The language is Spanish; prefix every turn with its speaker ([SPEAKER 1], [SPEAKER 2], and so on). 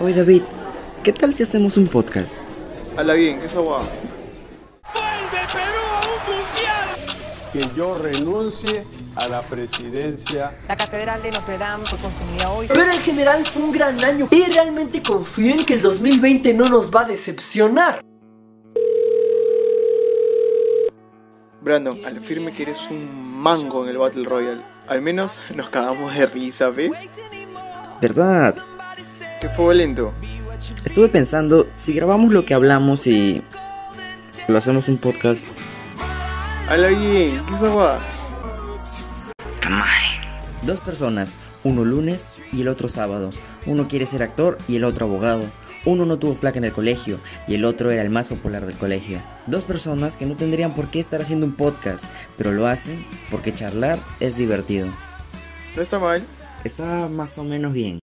[SPEAKER 1] Oye, David, ¿qué tal si hacemos un podcast?
[SPEAKER 2] A la bien, que esa guada.
[SPEAKER 3] ¡Vuelve Perú a un mundial!
[SPEAKER 4] que yo renuncie a la presidencia.
[SPEAKER 5] La Catedral de Notre Dame fue consumida hoy.
[SPEAKER 6] Pero en general fue un gran año y realmente confío en que el 2020 no nos va a decepcionar.
[SPEAKER 2] Brandon, al firme que eres un mango en el Battle Royale. Al menos nos cagamos de risa, ¿ves?
[SPEAKER 1] ¿Verdad?
[SPEAKER 2] Que fue lento.
[SPEAKER 1] Estuve pensando, si grabamos lo que hablamos y lo hacemos un podcast,
[SPEAKER 2] A la bien, que esa guada.
[SPEAKER 1] dos personas, uno lunes y el otro sábado, uno quiere ser actor y el otro abogado, uno no tuvo flaca en el colegio y el otro era el más popular del colegio, dos personas que no tendrían por qué estar haciendo un podcast, pero lo hacen porque charlar es divertido.
[SPEAKER 2] No está mal.
[SPEAKER 1] Está más o menos bien.